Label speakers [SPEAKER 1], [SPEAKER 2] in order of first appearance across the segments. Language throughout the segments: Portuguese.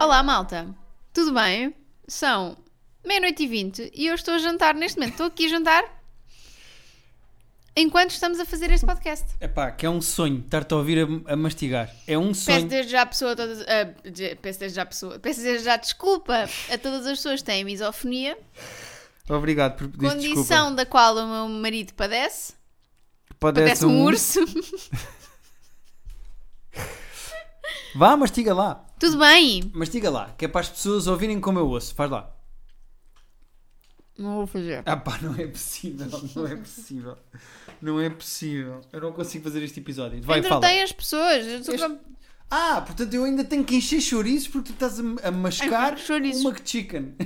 [SPEAKER 1] Olá, malta. Tudo bem? São meia-noite e vinte e eu estou a jantar neste momento. Estou aqui a jantar enquanto estamos a fazer este podcast.
[SPEAKER 2] Epá, que é um sonho estar-te a ouvir a, a mastigar. É um
[SPEAKER 1] Peço
[SPEAKER 2] sonho.
[SPEAKER 1] desde já a pessoa a todas. ah, de- peço desde já a pessoa. Peço desde já desculpa a todas as pessoas que têm misofonia,
[SPEAKER 2] Obrigado por pedir
[SPEAKER 1] condição
[SPEAKER 2] desculpa.
[SPEAKER 1] da qual o meu marido padece.
[SPEAKER 2] Padece
[SPEAKER 1] Padece um urso.
[SPEAKER 2] Vá, mastiga lá.
[SPEAKER 1] Tudo bem.
[SPEAKER 2] Mastiga lá, que é para as pessoas ouvirem como eu ouço. Faz lá.
[SPEAKER 1] Não vou fazer.
[SPEAKER 2] Ah pá, não é possível, não é possível. Não é possível. Eu não consigo fazer este episódio. Vai, fala.
[SPEAKER 1] Entretém as pessoas. Eu sou como-
[SPEAKER 2] Ah, portanto eu ainda tenho que encher chouriços porque tu estás a, a mascar
[SPEAKER 1] Ai, chouriços.
[SPEAKER 2] uma chicken.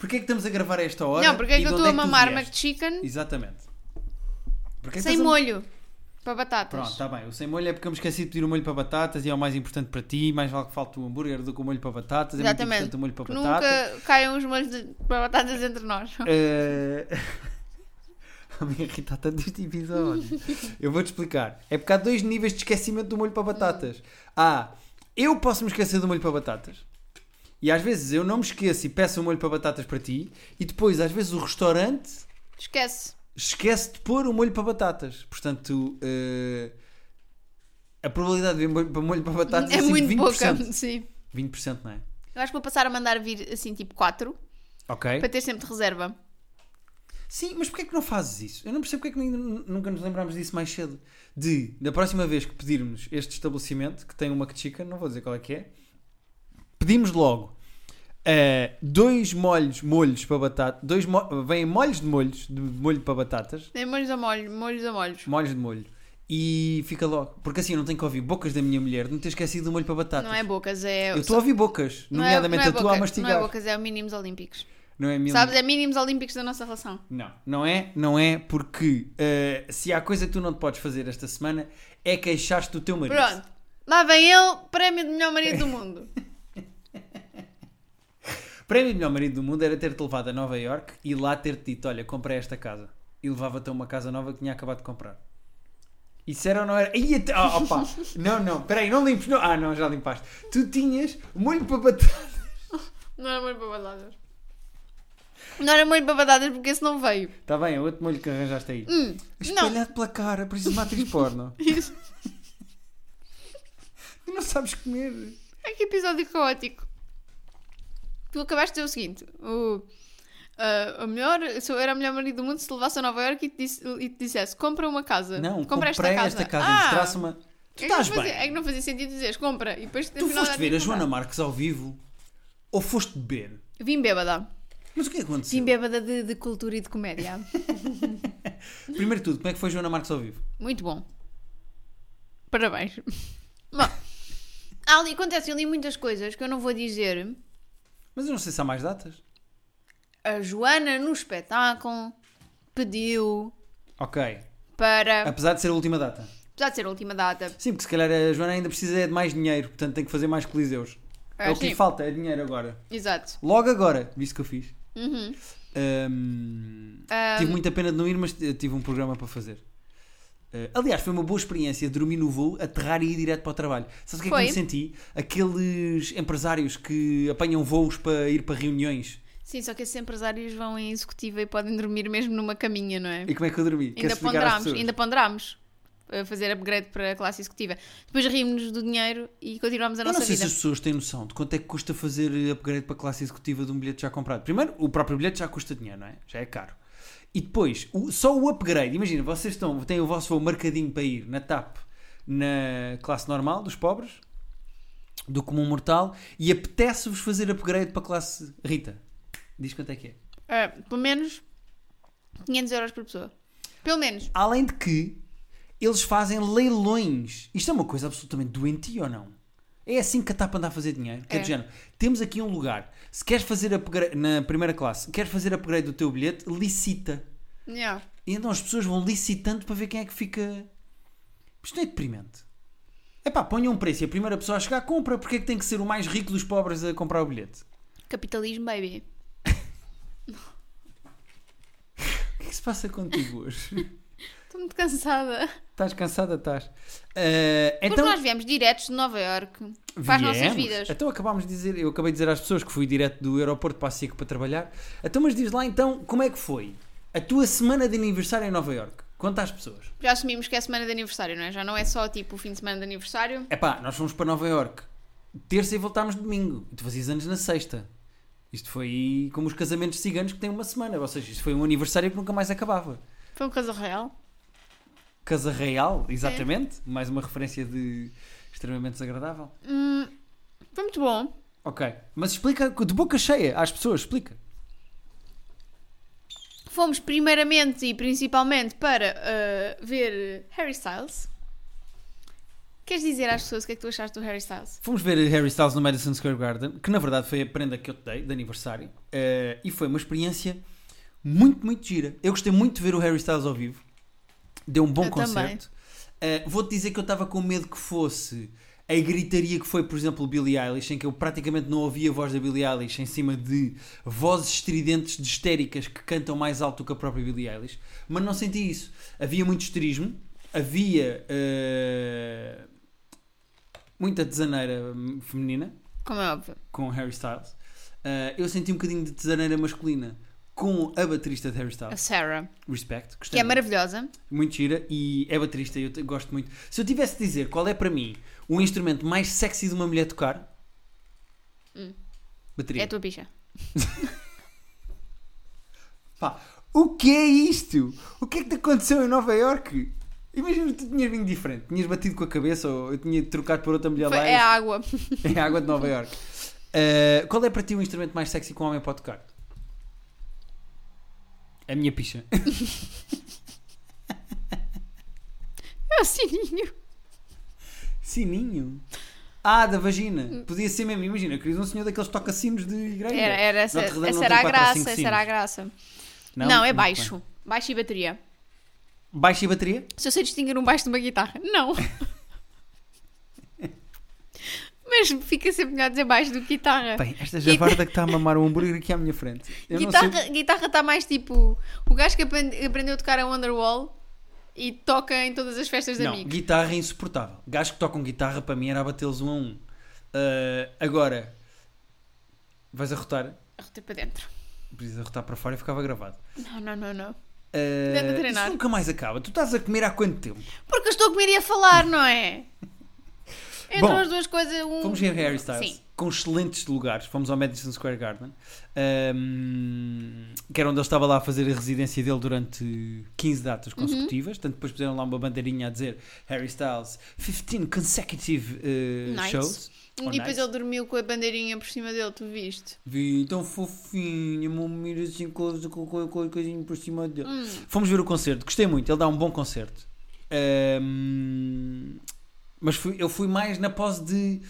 [SPEAKER 2] Porquê é que estamos a gravar a esta hora?
[SPEAKER 1] Não, porque é
[SPEAKER 2] e
[SPEAKER 1] que
[SPEAKER 2] de
[SPEAKER 1] eu
[SPEAKER 2] onde
[SPEAKER 1] estou a
[SPEAKER 2] é tu
[SPEAKER 1] mamar
[SPEAKER 2] vieste?
[SPEAKER 1] McChicken
[SPEAKER 2] Exatamente. Porquê é que
[SPEAKER 1] sem
[SPEAKER 2] estás a-
[SPEAKER 1] molho para batatas.
[SPEAKER 2] Pronto, está bem. O sem molho é porque eu me esqueci de pedir o molho para batatas e é o mais importante para ti. Mais vale que falte o hambúrguer do que o molho para batatas. É muito importante
[SPEAKER 1] Exatamente.
[SPEAKER 2] o molho para
[SPEAKER 1] Que
[SPEAKER 2] batata.
[SPEAKER 1] nunca caiam os molhos de- para batatas entre nós.
[SPEAKER 2] Eh, a me irritar tanto este episódio. Eu vou-te explicar. É porque há dois níveis de esquecimento do molho para batatas. Há, eu posso me esquecer do molho para batatas. E às vezes eu não me esqueço e peço o molho para batatas para ti. E depois, às vezes, o restaurante
[SPEAKER 1] Esquece.
[SPEAKER 2] esquece de pôr o molho para batatas. Portanto, eh, a probabilidade de vir molho para, molho para batatas é,
[SPEAKER 1] é
[SPEAKER 2] assim,
[SPEAKER 1] muito
[SPEAKER 2] 20%.
[SPEAKER 1] pouca. Sim.
[SPEAKER 2] 20%, não é?
[SPEAKER 1] Eu acho que vou passar a mandar vir assim tipo 4
[SPEAKER 2] Ok.
[SPEAKER 1] para ter sempre reserva.
[SPEAKER 2] Sim, mas porquê é que não fazes isso? Eu não percebo porque é que ainda nu- nunca nos lembrámos disso mais cedo. De, da próxima vez que pedirmos este estabelecimento, que tem uma chicken, não vou dizer qual é que é, pedimos logo eh, dois molhos, molhos para batata, dois mo vêm molhos de molhos, de molho para batatas,
[SPEAKER 1] Tem É molhos a molho, molhos a molhos.
[SPEAKER 2] molhos de molho, e fica logo. Porque assim eu não tenho que ouvir bocas da minha mulher de me ter esquecido do molho para batatas.
[SPEAKER 1] Não é bocas, é.
[SPEAKER 2] eu estou a ouvir bocas,
[SPEAKER 1] Não é-
[SPEAKER 2] nomeadamente
[SPEAKER 1] não é
[SPEAKER 2] a tua
[SPEAKER 1] boca-
[SPEAKER 2] a mastigar.
[SPEAKER 1] Não é bocas, é o mínimos olímpicos.
[SPEAKER 2] Não é mil-
[SPEAKER 1] Sabes? É mínimos olímpicos da nossa relação.
[SPEAKER 2] Não, não é, não é, porque eh, se há coisa que tu não te podes fazer esta semana é queixar-te do teu marido.
[SPEAKER 1] Pronto. Lá vem ele, prémio de melhor marido do mundo.
[SPEAKER 2] Prémio de melhor marido do mundo era ter-te levado a Nova York e lá ter-te dito: Olha, comprei esta casa. E levava-te a uma casa nova que tinha acabado de comprar. Isso era ou não era? Ia te... oh, opa. Não, não, peraí, não limpes. Não. Ah, não, já limpaste. Tu tinhas molho para batata.
[SPEAKER 1] Não era molho para batatas. Não era molho para batatas porque esse não veio.
[SPEAKER 2] Está bem, é outro molho que arranjaste aí.
[SPEAKER 1] Hum, não.
[SPEAKER 2] Espalhado pela cara, parece uma atriz porno.
[SPEAKER 1] Isso.
[SPEAKER 2] Tu não sabes comer.
[SPEAKER 1] Ai, que episódio caótico. Tu acabaste de dizer o seguinte: o, ah, a melhor, se eu era a melhor marido do mundo, se te levasse a Nova Iorque e te, disse- e te dissesse: compra uma casa.
[SPEAKER 2] Não,
[SPEAKER 1] compra
[SPEAKER 2] comprei
[SPEAKER 1] esta casa.
[SPEAKER 2] e
[SPEAKER 1] Ah,
[SPEAKER 2] mostrasse uma. Tu
[SPEAKER 1] é que não
[SPEAKER 2] estás
[SPEAKER 1] fazia-
[SPEAKER 2] bem.
[SPEAKER 1] É que não fazia sentido dizeres: compra. E depois,
[SPEAKER 2] Tu
[SPEAKER 1] afinal,
[SPEAKER 2] foste
[SPEAKER 1] já
[SPEAKER 2] ver a
[SPEAKER 1] tinha
[SPEAKER 2] Joana
[SPEAKER 1] comprado.
[SPEAKER 2] Marques ao vivo ou foste beber?
[SPEAKER 1] Vim bêbada.
[SPEAKER 2] Mas o que é que
[SPEAKER 1] Vim
[SPEAKER 2] aconteceu?
[SPEAKER 1] bêbada de, de cultura e de comédia.
[SPEAKER 2] Primeiro de tudo, como é que foi a Joana Marques ao vivo?
[SPEAKER 1] Muito bom. Parabéns. Bom, há ali, acontecem ali muitas coisas que eu não vou dizer.
[SPEAKER 2] Mas eu não sei se há mais datas.
[SPEAKER 1] A Joana, no espetáculo, pediu
[SPEAKER 2] Ok.
[SPEAKER 1] É. para.
[SPEAKER 2] Apesar de ser a última data.
[SPEAKER 1] apesar de ser a última data.
[SPEAKER 2] Sim, porque se calhar a Joana ainda precisa é de mais dinheiro, portanto tem que fazer mais coliseus. É,
[SPEAKER 1] Ah,
[SPEAKER 2] o que
[SPEAKER 1] sim.
[SPEAKER 2] lhe falta, é dinheiro agora.
[SPEAKER 1] Exato.
[SPEAKER 2] Logo agora, visto que eu fiz.
[SPEAKER 1] Uhum. Ah,
[SPEAKER 2] Ahm, Tive muita pena de não ir, mas eh, tive um programa para fazer. Eh, aliás, foi uma boa experiência dormir no voo, aterrar e ir direto para o trabalho. Sabes o que é
[SPEAKER 1] Foi.
[SPEAKER 2] que eu me senti? Aqueles empresários que apanham voos para ir para reuniões.
[SPEAKER 1] Sim, só que esses empresários vão em executiva e podem dormir mesmo numa caminha, não é?
[SPEAKER 2] E como é que eu dormi? Queres
[SPEAKER 1] Ainda
[SPEAKER 2] explicar às
[SPEAKER 1] ponderámos,
[SPEAKER 2] pessoas?
[SPEAKER 1] ainda ponderámos a fazer upgrade para a classe executiva. Depois rimos do dinheiro e continuamos a
[SPEAKER 2] Eu não
[SPEAKER 1] nossa
[SPEAKER 2] sei se
[SPEAKER 1] vida.
[SPEAKER 2] as pessoas têm noção de quanto é que custa fazer upgrade para a classe executiva de um bilhete já comprado. Primeiro, o próprio bilhete já custa dinheiro, não é? Já é caro. E depois, o- só o upgrade. Imagina, vocês estão, têm o vosso voo marcadinho para ir na TAP, na classe normal dos pobres, do comum mortal, e apetece-vos fazer upgrade para a classe Rita. Diz quanto é que é.
[SPEAKER 1] Ah, pelo menos 500 euros por pessoa. Pelo menos.
[SPEAKER 2] Além de que eles fazem leilões. Isto é uma coisa absolutamente doentia ou não? É assim que a TAP anda a fazer dinheiro. Que é.
[SPEAKER 1] É.
[SPEAKER 2] do género. Temos aqui um lugar. Se queres fazer upgrade na primeira classe, queres fazer upgrade do teu bilhete, licita.
[SPEAKER 1] Yeah.
[SPEAKER 2] E então as pessoas vão licitando para ver quem é que fica. Isto não é deprimente. É pá, ponham um preço e a primeira pessoa a chegar compra. Porque é que tem que ser o mais rico dos pobres a comprar o bilhete?
[SPEAKER 1] Capitalismo, baby.
[SPEAKER 2] O que é que se passa contigo hoje?
[SPEAKER 1] Estou muito cansada.
[SPEAKER 2] Estás cansada, estás. Eh,
[SPEAKER 1] Porque
[SPEAKER 2] então,
[SPEAKER 1] nós viemos diretos de Nova Iorque para as nossas
[SPEAKER 2] Viemos.
[SPEAKER 1] vidas.
[SPEAKER 2] Então acabámos de dizer, eu acabei de dizer às pessoas que fui direto do aeroporto para a SIC para trabalhar. Então, mas diz lá então, como é que foi a tua semana de aniversário em Nova Iorque? Conta às pessoas.
[SPEAKER 1] Já assumimos que é semana de aniversário, não é? Já não é só tipo o fim de semana de aniversário.
[SPEAKER 2] Epá, nós fomos para Nova Iorque terça e voltámos domingo. E tu fazias anos na sexta. Isto foi como os casamentos ciganos que têm uma semana. Ou seja, isto foi um aniversário que nunca mais acabava.
[SPEAKER 1] Foi uma coisa real.
[SPEAKER 2] Casa Real, exatamente.
[SPEAKER 1] É.
[SPEAKER 2] Mais uma referência de extremamente desagradável.
[SPEAKER 1] Hum, foi muito bom.
[SPEAKER 2] Ok. Mas explica de boca cheia às pessoas, explica.
[SPEAKER 1] Fomos primeiramente e principalmente para uh, ver Harry Styles. Queres dizer às pessoas o que é que tu achaste do Harry Styles?
[SPEAKER 2] Fomos ver Harry Styles no Madison Square Garden, que na verdade foi a prenda que eu te dei de aniversário, eh, e foi uma experiência muito, muito gira. Eu gostei muito de ver o Harry Styles ao vivo, deu um bom
[SPEAKER 1] Eu também.
[SPEAKER 2] concerto. Eh, Vou-te dizer que eu estava com medo que fosse a gritaria que foi, por exemplo, Billie Eilish, em que eu praticamente não ouvia a voz da Billie Eilish em cima de vozes estridentes de histéricas que cantam mais alto que a própria Billie Eilish, mas não senti isso. Havia muito histerismo, havia. eh, muita tesaneira hum, feminina
[SPEAKER 1] Como é óbvio.
[SPEAKER 2] com Harry Styles. Ah, eu senti um bocadinho de tesaneira masculina com a baterista de Harry
[SPEAKER 1] A
[SPEAKER 2] Styles.
[SPEAKER 1] Sarah,
[SPEAKER 2] Respect,
[SPEAKER 1] que
[SPEAKER 2] gostei.
[SPEAKER 1] é
[SPEAKER 2] muito.
[SPEAKER 1] maravilhosa.
[SPEAKER 2] Muito gira e é baterista, eu te- gosto muito. Se eu tivesse de dizer qual é para mim o instrumento mais sexy de uma mulher tocar,
[SPEAKER 1] Hum.
[SPEAKER 2] bateria.
[SPEAKER 1] É a tua bicha.
[SPEAKER 2] Pá, o que é isto? O que é que te aconteceu em Nova Iorque? Imagina que tu tinhas vindo diferente, tinhas batido com a cabeça ou eu tinha trocado por outra mulher
[SPEAKER 1] Foi-
[SPEAKER 2] lá
[SPEAKER 1] é a água.
[SPEAKER 2] em água de Nova Iorque. Uh, qual é para ti o instrumento mais sexy que um homem pode tocar? A minha picha.
[SPEAKER 1] É o sininho.
[SPEAKER 2] Sininho? Ah, da vagina. Podia ser mesmo, imagina, querias um senhor daqueles que toca sinos de igreja.
[SPEAKER 1] Era, era essa,
[SPEAKER 2] Notre Dame
[SPEAKER 1] essa
[SPEAKER 2] não
[SPEAKER 1] era
[SPEAKER 2] tem
[SPEAKER 1] a
[SPEAKER 2] quatro ou cinco
[SPEAKER 1] graça, essa era a
[SPEAKER 2] sinos.
[SPEAKER 1] graça. Não, é
[SPEAKER 2] Muito
[SPEAKER 1] baixo.
[SPEAKER 2] bem.
[SPEAKER 1] Baixo e bateria.
[SPEAKER 2] Baixo e bateria?
[SPEAKER 1] Se eu sei distinguir um baixo de uma guitarra, não. Mas fica sempre melhor dizer baixo do que guitarra.
[SPEAKER 2] Bem, esta javarda que está a mamar um hambúrguer aqui à minha frente. Eu não sei-
[SPEAKER 1] guitarra guitarra está mais tipo o gajo que aprende- aprendeu a tocar a Wonderwall e toca em todas as festas de
[SPEAKER 2] Não,
[SPEAKER 1] amigos.
[SPEAKER 2] guitarra é insuportável. Gajos que tocam guitarra para mim era a batê-los um a um. Ah, agora, vais arrotar?
[SPEAKER 1] Arrotei para dentro.
[SPEAKER 2] Precisas arrotar para fora e ficava gravado.
[SPEAKER 1] Não, não, não, não.
[SPEAKER 2] Uh,
[SPEAKER 1] Tenta treinar.
[SPEAKER 2] Isso nunca mais acaba. Tu estás a comer há quanto tempo?
[SPEAKER 1] Porque eu estou a comer e a falar, não é? Entram
[SPEAKER 2] Bom,
[SPEAKER 1] as duas coisas. Um...
[SPEAKER 2] Fomos ver Harry Styles
[SPEAKER 1] Sim.
[SPEAKER 2] com excelentes lugares. Fomos ao Madison Square Garden, um, que era onde ele estava lá a fazer a residência dele durante 15
[SPEAKER 1] Uhum.
[SPEAKER 2] datas consecutivas. Portanto, depois puseram lá uma bandeirinha a dizer Harry Styles 15 consecutive uh,
[SPEAKER 1] Nights.
[SPEAKER 2] shows.
[SPEAKER 1] E depois ele dormiu com a bandeirinha por cima dele, tu viste?
[SPEAKER 2] Vi tão fofinho, meu mira assim, coisa, co- co- co- coisinha por cima dele.
[SPEAKER 1] Hum.
[SPEAKER 2] Fomos ver o concerto, gostei muito, ele dá um bom concerto. Ahm, mas fui- eu fui mais na pose de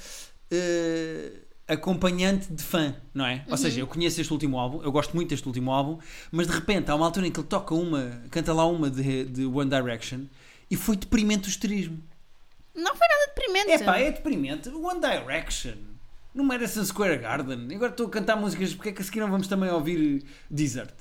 [SPEAKER 2] eh, acompanhante de fã, não é? Ou seja, eu conheço este último álbum, eu gosto muito deste último álbum, mas de repente há uma altura em que ele toca uma, canta lá uma de, de One Direction e foi deprimente o esterismo.
[SPEAKER 1] Não foi nada deprimente.
[SPEAKER 2] É pá, é deprimente. One Direction. No Madison Square Garden. E Agora estou a cantar músicas. Porque é que a seguir não vamos também ouvir Desert?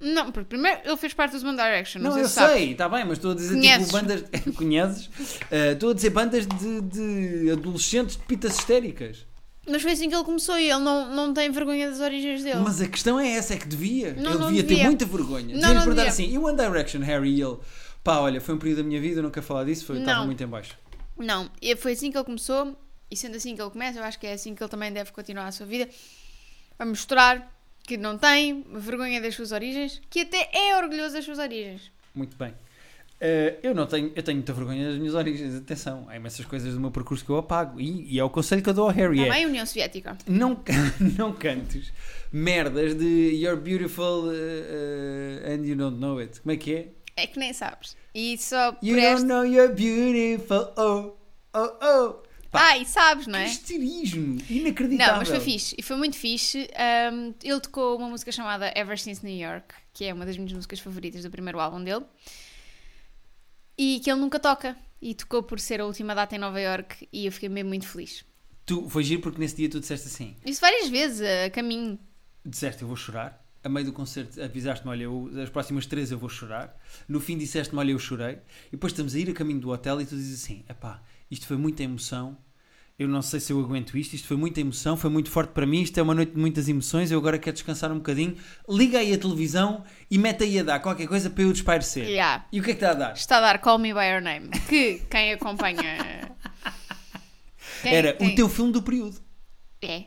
[SPEAKER 1] Não, porque primeiro ele fez parte dos One Direction. Não,
[SPEAKER 2] Não,
[SPEAKER 1] sei
[SPEAKER 2] eu
[SPEAKER 1] se sabes.
[SPEAKER 2] sei, está bem, mas estou a dizer
[SPEAKER 1] Conheces.
[SPEAKER 2] tipo bandas. Conheces? Eh, Estou a dizer bandas de, de adolescentes de pitas histéricas.
[SPEAKER 1] Mas foi assim que ele começou e ele não, não tem vergonha das origens dele.
[SPEAKER 2] Mas a questão é essa, é que devia.
[SPEAKER 1] Não,
[SPEAKER 2] ele
[SPEAKER 1] não
[SPEAKER 2] devia, ter
[SPEAKER 1] devia.
[SPEAKER 2] muita vergonha.
[SPEAKER 1] Não,
[SPEAKER 2] devia lhe
[SPEAKER 1] não
[SPEAKER 2] perguntar
[SPEAKER 1] devia.
[SPEAKER 2] assim, e One Direction, Harry? E ele, pá, olha, foi um período da minha vida, eu não quero falar disso, foi, eu estava
[SPEAKER 1] Não.
[SPEAKER 2] muito em baixo.
[SPEAKER 1] Não, e foi assim que ele começou e sendo assim que ele começa, eu acho que é assim que ele também deve continuar a sua vida a mostrar que não tem vergonha das suas origens, que até é orgulhoso das suas origens.
[SPEAKER 2] Muito bem. Eh, eu não tenho, eu tenho muita vergonha das minhas origens, atenção. Há imensas coisas do meu percurso que eu apago. E, e é o conselho que eu dou ao Harry. É,
[SPEAKER 1] Também a União Soviética.
[SPEAKER 2] não, can- não cantes merdas de You're beautiful eh, eh, and you don't know it. Como é que é?
[SPEAKER 1] É que nem sabes. E só por
[SPEAKER 2] You
[SPEAKER 1] este.
[SPEAKER 2] don't know you're beautiful. Oh, oh, oh. Pá,
[SPEAKER 1] Ah, e sabes, não
[SPEAKER 2] que
[SPEAKER 1] é?
[SPEAKER 2] estilismo inacreditável.
[SPEAKER 1] Não, mas foi fixe. E foi muito fixe. Ahm, ele tocou uma música chamada Ever Since New York, que é uma das minhas músicas favoritas do primeiro álbum dele. E que ele nunca toca. E tocou por ser a última data em Nova York e eu fiquei mesmo muito feliz.
[SPEAKER 2] Tu, foi giro porque nesse dia tu disseste assim:
[SPEAKER 1] Isso várias vezes, eh, a caminho.
[SPEAKER 2] disseste, eu vou chorar. a meio do concerto avisaste-me, olha, eu, as próximas três eu vou chorar. No fim disseste-me, olha, eu chorei. E depois estamos a ir a caminho do hotel e tu dizes assim: epá, isto foi muita emoção. Eu não sei se eu aguento isto. Isto foi muita emoção, foi muito forte para mim. Isto é uma noite de muitas emoções. Eu agora quero descansar um bocadinho. Liga aí a televisão e mete aí a dar qualquer coisa para eu despairecer.
[SPEAKER 1] Yeah.
[SPEAKER 2] E o que é que está a dar?
[SPEAKER 1] Está a dar Call Me By Your Name, que quem acompanha... eh, Quem-
[SPEAKER 2] Era
[SPEAKER 1] quem-
[SPEAKER 2] o teu filme do período.
[SPEAKER 1] É.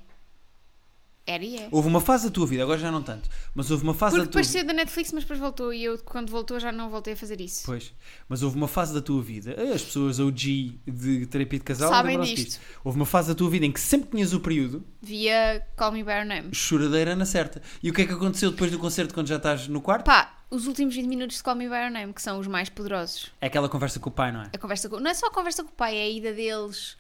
[SPEAKER 1] Era e é.
[SPEAKER 2] Houve uma fase da tua vida, agora já não tanto, mas houve uma fase
[SPEAKER 1] Porque
[SPEAKER 2] da tua
[SPEAKER 1] depois
[SPEAKER 2] vida.
[SPEAKER 1] saiu da Netflix, mas depois voltou. E eu, quando voltou, já não voltei a fazer isso.
[SPEAKER 2] Pois, mas houve uma fase da tua vida, as pessoas OG de terapia de casal
[SPEAKER 1] Sabem
[SPEAKER 2] lembram-se
[SPEAKER 1] disto.
[SPEAKER 2] disso. Houve uma fase da tua vida em que sempre tinhas o período,
[SPEAKER 1] Via Call Me By Your Name.
[SPEAKER 2] choradeira na certa. E o que é que aconteceu depois do concerto quando já estás no quarto?
[SPEAKER 1] Pá, os últimos 20 minutos de Call Me By Your Name, que são os mais poderosos.
[SPEAKER 2] É aquela conversa com o pai, não é?
[SPEAKER 1] A conversa com- Não é só a conversa com o pai, é a ida deles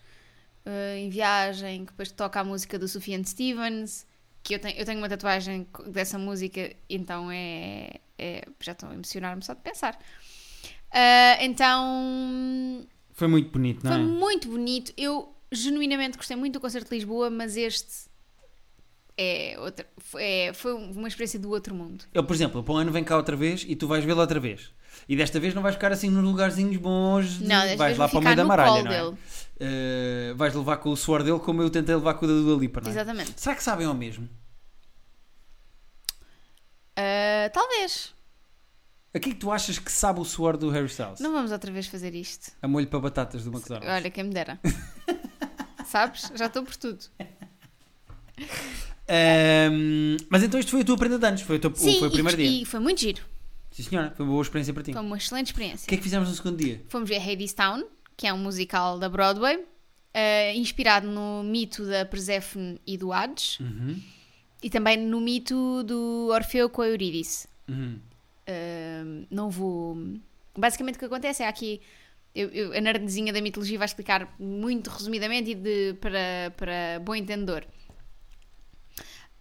[SPEAKER 1] eh, em viagem, que depois toca a música do Sufjan Stevens, que eu tenho, eu tenho uma tatuagem co- dessa música, então é... é- já estou a emocionar-me só de pensar. Ah, então...
[SPEAKER 2] Foi muito bonito, não
[SPEAKER 1] Foi
[SPEAKER 2] é?
[SPEAKER 1] muito bonito. Eu genuinamente gostei muito do concerto de Lisboa, mas este é outra, foi, é- foi uma experiência do outro mundo.
[SPEAKER 2] Ele, por exemplo, para o ano vem cá outra vez e tu vais vê-lo outra vez. E desta vez não vais ficar assim nos lugarzinhos bons, de-
[SPEAKER 1] Não, desta
[SPEAKER 2] vais
[SPEAKER 1] vez
[SPEAKER 2] lá
[SPEAKER 1] vou
[SPEAKER 2] para o meio
[SPEAKER 1] ficar
[SPEAKER 2] da
[SPEAKER 1] no
[SPEAKER 2] maralha,
[SPEAKER 1] colo
[SPEAKER 2] não é?
[SPEAKER 1] dele.
[SPEAKER 2] Eh, vais levar com o suor dele como eu tentei levar com o da Dua Lipa, não é?
[SPEAKER 1] Exatamente.
[SPEAKER 2] Será que sabem ao mesmo?
[SPEAKER 1] Ah, talvez.
[SPEAKER 2] A que é que tu achas que sabe o suor do Harry Styles?
[SPEAKER 1] Não vamos outra vez fazer isto.
[SPEAKER 2] A molho para batatas do McDonald's.
[SPEAKER 1] Olha, quem me dera. Sabes? Já estou por tudo.
[SPEAKER 2] Ahm, mas então isto foi a tua prenda de anos, foi, a tua-
[SPEAKER 1] Sim,
[SPEAKER 2] foi o primeiro
[SPEAKER 1] e,
[SPEAKER 2] dia.
[SPEAKER 1] e foi muito giro.
[SPEAKER 2] Sim senhora, foi uma boa experiência para ti.
[SPEAKER 1] Foi uma excelente
[SPEAKER 2] O
[SPEAKER 1] experiência.
[SPEAKER 2] que é que fizemos no segundo dia?
[SPEAKER 1] Fomos ver Hadestown, que é um musical da Broadway, ah, inspirado no mito da Perséfone e do Hades.
[SPEAKER 2] Hum.
[SPEAKER 1] E também no mito do Orfeu com a Eurídice.
[SPEAKER 2] Uhum.
[SPEAKER 1] Ahm, não vou. Basicamente o que acontece é aqui. Eu, eu- a nerdzinha da mitologia vai explicar muito resumidamente e de- para, para bom entendedor.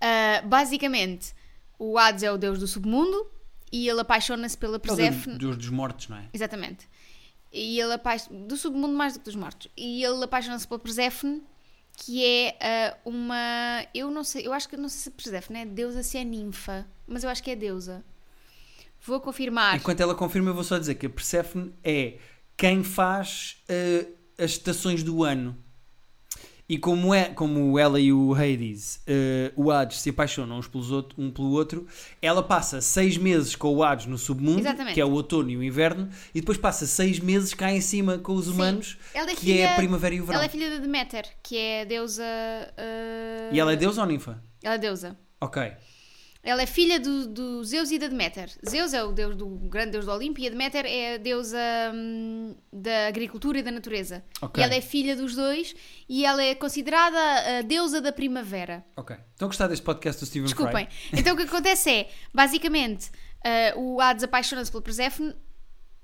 [SPEAKER 1] Ah, basicamente, o Hades é o deus do submundo e ele apaixona-se pela
[SPEAKER 2] É o
[SPEAKER 1] Perséfone.
[SPEAKER 2] do- dos, dos mortos, não é?
[SPEAKER 1] Exatamente. E ele apaix... do submundo mais do que dos mortos. E ele apaixona-se pela Perséfone, que é ah, uma. Eu não sei, eu acho que não sei se Perséfone é deusa, se é ninfa, mas eu acho que é deusa. Vou confirmar.
[SPEAKER 2] Enquanto ela confirma, eu vou só dizer que a Persephone é quem faz eh, as estações do ano. E como, é, como ela e o Hades, eh, o Hades se apaixonam uns pelos outro, um pelo outro, ela passa seis meses com o Hades no submundo,
[SPEAKER 1] Exatamente.
[SPEAKER 2] que é o outono e o inverno, e depois passa seis meses cá em cima com os humanos,
[SPEAKER 1] Ela é
[SPEAKER 2] que
[SPEAKER 1] filha-
[SPEAKER 2] é a primavera e o verão.
[SPEAKER 1] Ela é filha de Deméter, que é deusa. ah,
[SPEAKER 2] E ela é deusa ou ninfa?
[SPEAKER 1] Ela é deusa.
[SPEAKER 2] Ok.
[SPEAKER 1] Ela é filha do, do Zeus e da Deméter. Zeus é o deus do o grande deus do Olimpo e a Deméter é a deusa hum, da agricultura e da natureza.
[SPEAKER 2] Ok.
[SPEAKER 1] E ela é filha dos dois e ela é considerada a deusa da primavera.
[SPEAKER 2] Ok. Estão a gostar deste podcast do Stephen
[SPEAKER 1] Desculpem.
[SPEAKER 2] Fry?
[SPEAKER 1] Então o que acontece é, basicamente, ah, o Hades apaixona-se pela Perséfone,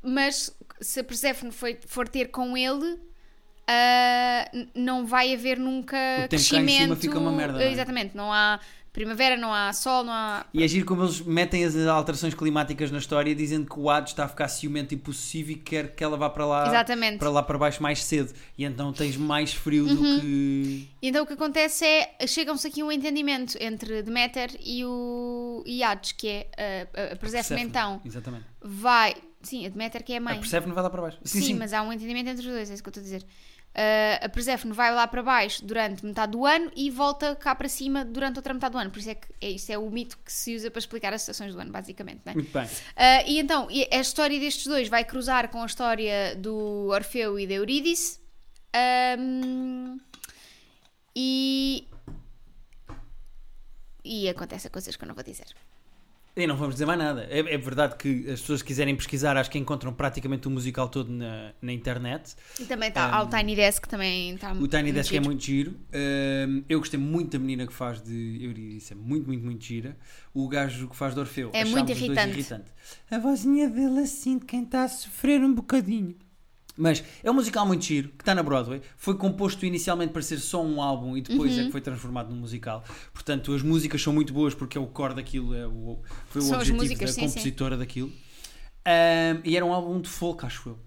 [SPEAKER 1] mas se a Perséfone foi, for ter com ele, ah, n- não vai haver nunca
[SPEAKER 2] O tempo cá em cima
[SPEAKER 1] crescimento.
[SPEAKER 2] fica uma merda, não é?
[SPEAKER 1] Exatamente, não há primavera, não há sol, não há
[SPEAKER 2] E agir como eles metem as alterações climáticas na história, dizendo que o Hades está a ficar ciumento e possessivo e quer que ela vá para lá,
[SPEAKER 1] Exatamente. Uhum.
[SPEAKER 2] para lá para baixo mais cedo. E então tens mais frio do que.
[SPEAKER 1] E Então o que acontece é, chegam-se aqui a um entendimento entre Deméter e o e Hades, que é a, a, a Perséfone então
[SPEAKER 2] Exatamente.
[SPEAKER 1] vai, sim, a Deméter que é a mãe.
[SPEAKER 2] A Persephone vai lá para baixo. Sim,
[SPEAKER 1] sim,
[SPEAKER 2] sim.
[SPEAKER 1] mas há um entendimento entre os dois, é isso que eu estou a dizer. Ah, a Perséfone vai lá para baixo durante metade do ano e volta cá para cima durante outra metade do ano. Por isso é que é, isso é o mito que se usa para explicar as estações do ano, basicamente, não é?
[SPEAKER 2] Muito bem.
[SPEAKER 1] Ah, e então, e a história destes dois vai cruzar com a história do Orfeu e da Eurídice. Ahm, e. E acontecem coisas que eu não vou dizer.
[SPEAKER 2] E não vamos dizer mais nada. É, é verdade que as pessoas que quiserem pesquisar, acho que encontram praticamente o musical todo na, na internet.
[SPEAKER 1] E também está ao Tiny Desk, que também está
[SPEAKER 2] O Tiny Desk é
[SPEAKER 1] Tá giro.
[SPEAKER 2] muito giro. Ahm, eu gostei muito da menina que faz de Eurídice, é muito, muito, muito gira. O gajo que faz de Orfeu
[SPEAKER 1] É
[SPEAKER 2] achámos
[SPEAKER 1] muito
[SPEAKER 2] os dois
[SPEAKER 1] irritante.
[SPEAKER 2] irritante. A vozinha dele assim de quem está a sofrer um bocadinho. Mas é um musical muito giro, que está na Broadway. Foi composto inicialmente para ser só um álbum e depois
[SPEAKER 1] Uhum.
[SPEAKER 2] é que foi transformado num musical. Portanto, as músicas são muito boas porque é o core daquilo, é o, foi o
[SPEAKER 1] São as
[SPEAKER 2] objetivo
[SPEAKER 1] músicas,
[SPEAKER 2] da
[SPEAKER 1] sim, sim.
[SPEAKER 2] compositora daquilo. Ahm, e era um álbum de folk, acho eu.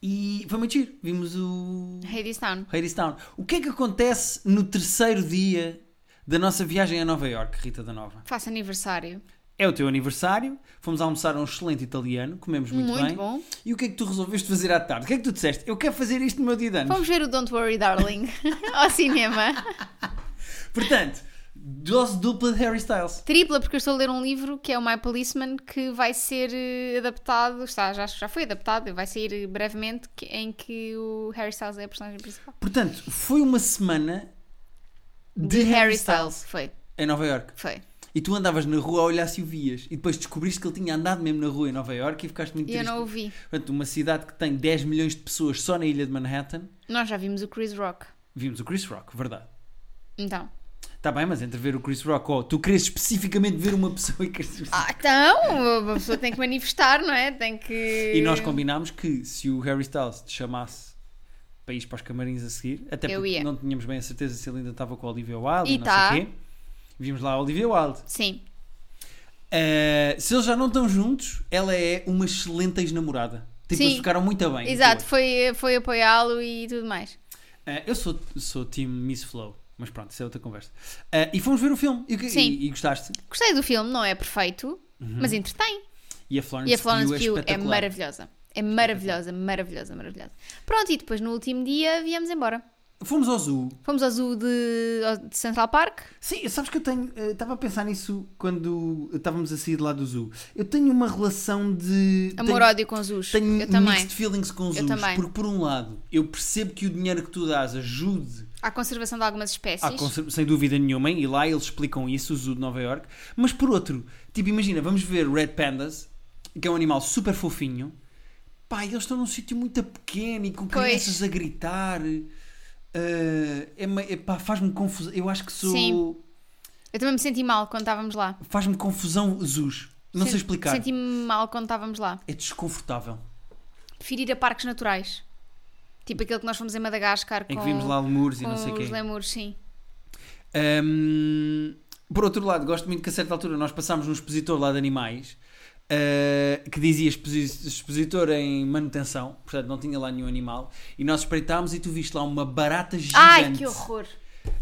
[SPEAKER 2] E foi muito giro. Vimos o.
[SPEAKER 1] Hadestown.
[SPEAKER 2] Hadestown. O que é que acontece no terceiro dia da nossa viagem a Nova York, Rita da Nova.
[SPEAKER 1] Faço aniversário.
[SPEAKER 2] É o teu aniversário, fomos almoçar a um excelente italiano, comemos muito,
[SPEAKER 1] Muito
[SPEAKER 2] bem.
[SPEAKER 1] bom.
[SPEAKER 2] E o que é que tu resolveste fazer à tarde? O que é que tu disseste? Eu quero fazer isto no meu dia de anos.
[SPEAKER 1] Vamos ver o Don't Worry Darling ao cinema.
[SPEAKER 2] Portanto, dose dupla de Harry Styles.
[SPEAKER 1] Tripla, porque eu estou a ler um livro que é o My Policeman, que vai ser eh, adaptado, está, já, acho que já foi adaptado, vai sair eh, brevemente, que- em que o Harry Styles é a personagem principal.
[SPEAKER 2] Portanto, foi uma semana de,
[SPEAKER 1] De Harry Styles. Foi,
[SPEAKER 2] em Nova York.
[SPEAKER 1] foi.
[SPEAKER 2] E tu andavas na rua a olhar se o vias. E depois descobriste que ele tinha andado mesmo na rua em Nova York e ficaste muito
[SPEAKER 1] E eu
[SPEAKER 2] triste.
[SPEAKER 1] não o vi.
[SPEAKER 2] Portanto, uma cidade que tem 10 milhões de pessoas só na ilha de Manhattan.
[SPEAKER 1] Nós já vimos o Chris Rock.
[SPEAKER 2] Vimos o Chris Rock, verdade.
[SPEAKER 1] Então.
[SPEAKER 2] Está bem, mas entre ver o Chris Rock ou tu queres especificamente ver uma pessoa e queres...
[SPEAKER 1] Ah, então, uma pessoa tem que manifestar, não é? Tem que.
[SPEAKER 2] E nós combinámos que se o Harry Styles te chamasse para ir para os camarins a seguir, até
[SPEAKER 1] Eu
[SPEAKER 2] porque
[SPEAKER 1] ia.
[SPEAKER 2] não tínhamos bem a certeza se ele ainda estava com a Olivia Wilde
[SPEAKER 1] E
[SPEAKER 2] e não
[SPEAKER 1] tá.
[SPEAKER 2] sei o quê. Vimos lá a Olivia Wilde.
[SPEAKER 1] Sim.
[SPEAKER 2] Uh, se eles já não estão juntos, ela é uma excelente ex-namorada. Tipo,
[SPEAKER 1] Sim.
[SPEAKER 2] eles ficaram muito bem.
[SPEAKER 1] Exato,
[SPEAKER 2] boa.
[SPEAKER 1] foi, foi apoiá-lo e tudo mais.
[SPEAKER 2] Uh, eu sou, sou time Miss Flow, mas pronto, isso é outra conversa. Uh, e fomos ver o filme. E, o que-
[SPEAKER 1] Sim.
[SPEAKER 2] e- e gostaste?
[SPEAKER 1] Gostei do filme, não é perfeito,
[SPEAKER 2] Uhum.
[SPEAKER 1] mas entretém.
[SPEAKER 2] E a Florence,
[SPEAKER 1] E a Florence
[SPEAKER 2] Pugh
[SPEAKER 1] Pugh
[SPEAKER 2] é,
[SPEAKER 1] é
[SPEAKER 2] espetacular.
[SPEAKER 1] maravilhosa. É maravilhosa, maravilhosa, maravilhosa. Pronto, e depois no último dia viemos embora.
[SPEAKER 2] Fomos ao zoo.
[SPEAKER 1] Fomos ao zoo de, ao- de Central Park.
[SPEAKER 2] Sim, sabes que eu tenho. eh, Estava a pensar nisso quando estávamos a sair de lá do zoo. Eu tenho uma relação de. tenho-
[SPEAKER 1] Amor-ódio com zoos.
[SPEAKER 2] Tenho
[SPEAKER 1] eu também.
[SPEAKER 2] mixed feelings com os
[SPEAKER 1] Eu
[SPEAKER 2] zoos,
[SPEAKER 1] também.
[SPEAKER 2] porque por um lado eu percebo que o dinheiro que tu dás ajude
[SPEAKER 1] À conservação de algumas espécies.
[SPEAKER 2] à conser- sem dúvida nenhuma, e lá eles explicam isso, o zoo de Nova York, mas por outro, tipo, imagina, vamos ver Red Pandas, que é um animal super fofinho, pá, e eles estão num sítio muito pequeno e com
[SPEAKER 1] Pois.
[SPEAKER 2] crianças a gritar. eh, é, me- é pá, faz-me confusão. Eu acho que sou.
[SPEAKER 1] Sim. Eu também me senti mal quando estávamos lá.
[SPEAKER 2] Faz-me confusão zoos. Não sei
[SPEAKER 1] Sen-
[SPEAKER 2] explicar.
[SPEAKER 1] Senti-me mal quando estávamos lá.
[SPEAKER 2] É desconfortável.
[SPEAKER 1] Prefiro ir a parques naturais. Tipo aquele que nós fomos em Madagascar
[SPEAKER 2] Em
[SPEAKER 1] com,
[SPEAKER 2] que vimos lá lemures e
[SPEAKER 1] com
[SPEAKER 2] não sei o quê.
[SPEAKER 1] os lemures, sim.
[SPEAKER 2] Hum, por outro lado, gosto muito que a certa altura nós passámos num expositor lá de animais uh, que dizia exposi- expositor em manutenção, portanto não tinha lá nenhum animal, e nós espreitámos e tu viste lá uma barata gigante.
[SPEAKER 1] Ai, que horror!